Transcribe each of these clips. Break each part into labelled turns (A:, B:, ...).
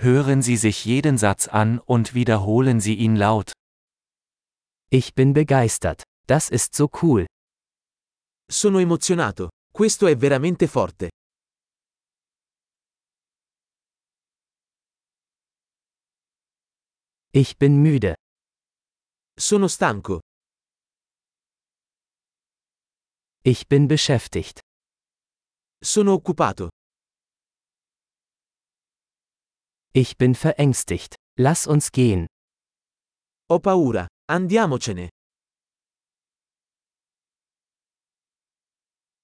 A: Hören Sie sich jeden Satz an und wiederholen Sie ihn laut.
B: Ich bin begeistert. Das ist so cool.
C: Sono emozionato. Questo è veramente forte.
B: Ich bin müde.
C: Sono stanco.
B: Ich bin beschäftigt.
C: Sono occupato.
B: Ich bin verängstigt. Lass uns gehen.
C: Ho paura. Andiamocene.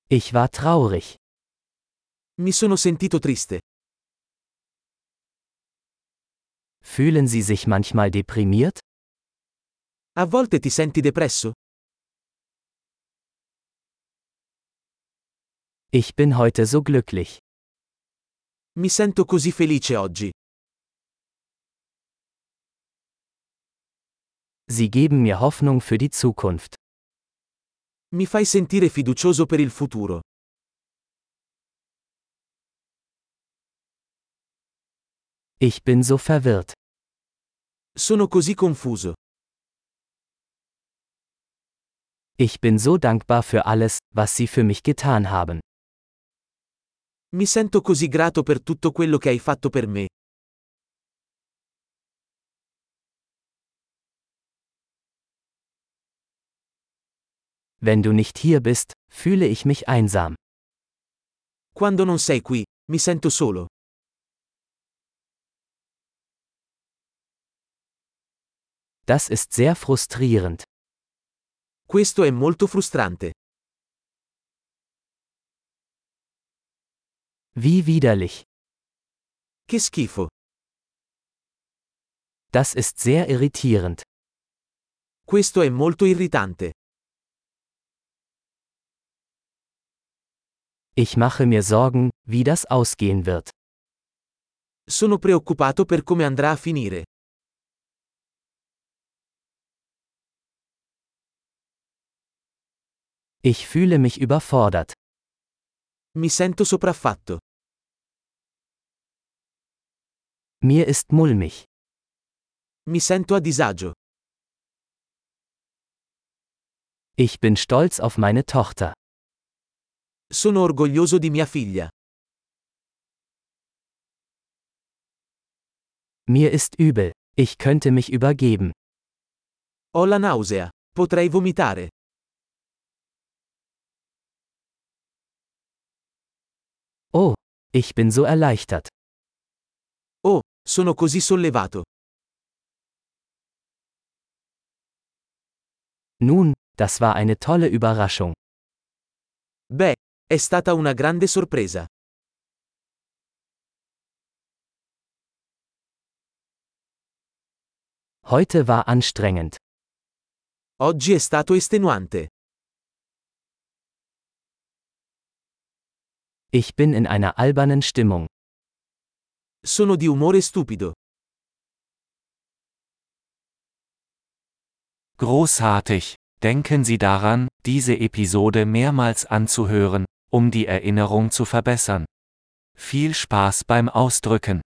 B: Ich war traurig.
C: Mi sono sentito triste.
B: Fühlen Sie sich manchmal deprimiert?
C: A volte ti senti depresso?
B: Ich bin heute so glücklich.
C: Mi sento così felice oggi.
B: Sie geben mir Hoffnung für die Zukunft.
C: Mi fai sentire fiducioso per il futuro.
B: Ich bin so verwirrt.
C: Sono così confuso.
B: Ich bin so dankbar für alles, was Sie für mich getan haben.
C: Mi sento così grato per tutto quello che hai fatto per me.
B: Wenn du nicht hier bist, fühle ich mich einsam.
C: Quando non sei qui, mi sento solo.
B: Das ist sehr frustrierend.
C: Questo è molto frustrante.
B: Wie widerlich.
C: Che schifo.
B: Das ist sehr irritierend.
C: Questo è molto irritante.
B: Ich mache mir Sorgen, wie das ausgehen wird.
C: Sono preoccupato per come andrà a finire.
B: Ich fühle mich überfordert.
C: Mi sento sopraffatto.
B: Mir ist mulmig.
C: Mi sento a disagio.
B: Ich bin stolz auf meine Tochter.
C: Sono orgoglioso di mia figlia.
B: Mir ist übel. Ich könnte mich übergeben.
C: Ho la nausea. Potrei vomitare.
B: Oh, ich bin so erleichtert.
C: Oh, sono così sollevato.
B: Nun, das war eine tolle Überraschung.
C: Beh, è stata una grande sorpresa.
B: Heute war anstrengend.
C: Oggi è stato estenuante.
B: Ich bin in einer albernen Stimmung.
C: Sono di umore stupido.
A: Großartig! Denken Sie daran, diese Episode mehrmals anzuhören, um die Erinnerung zu verbessern. Viel Spaß beim Ausdrücken!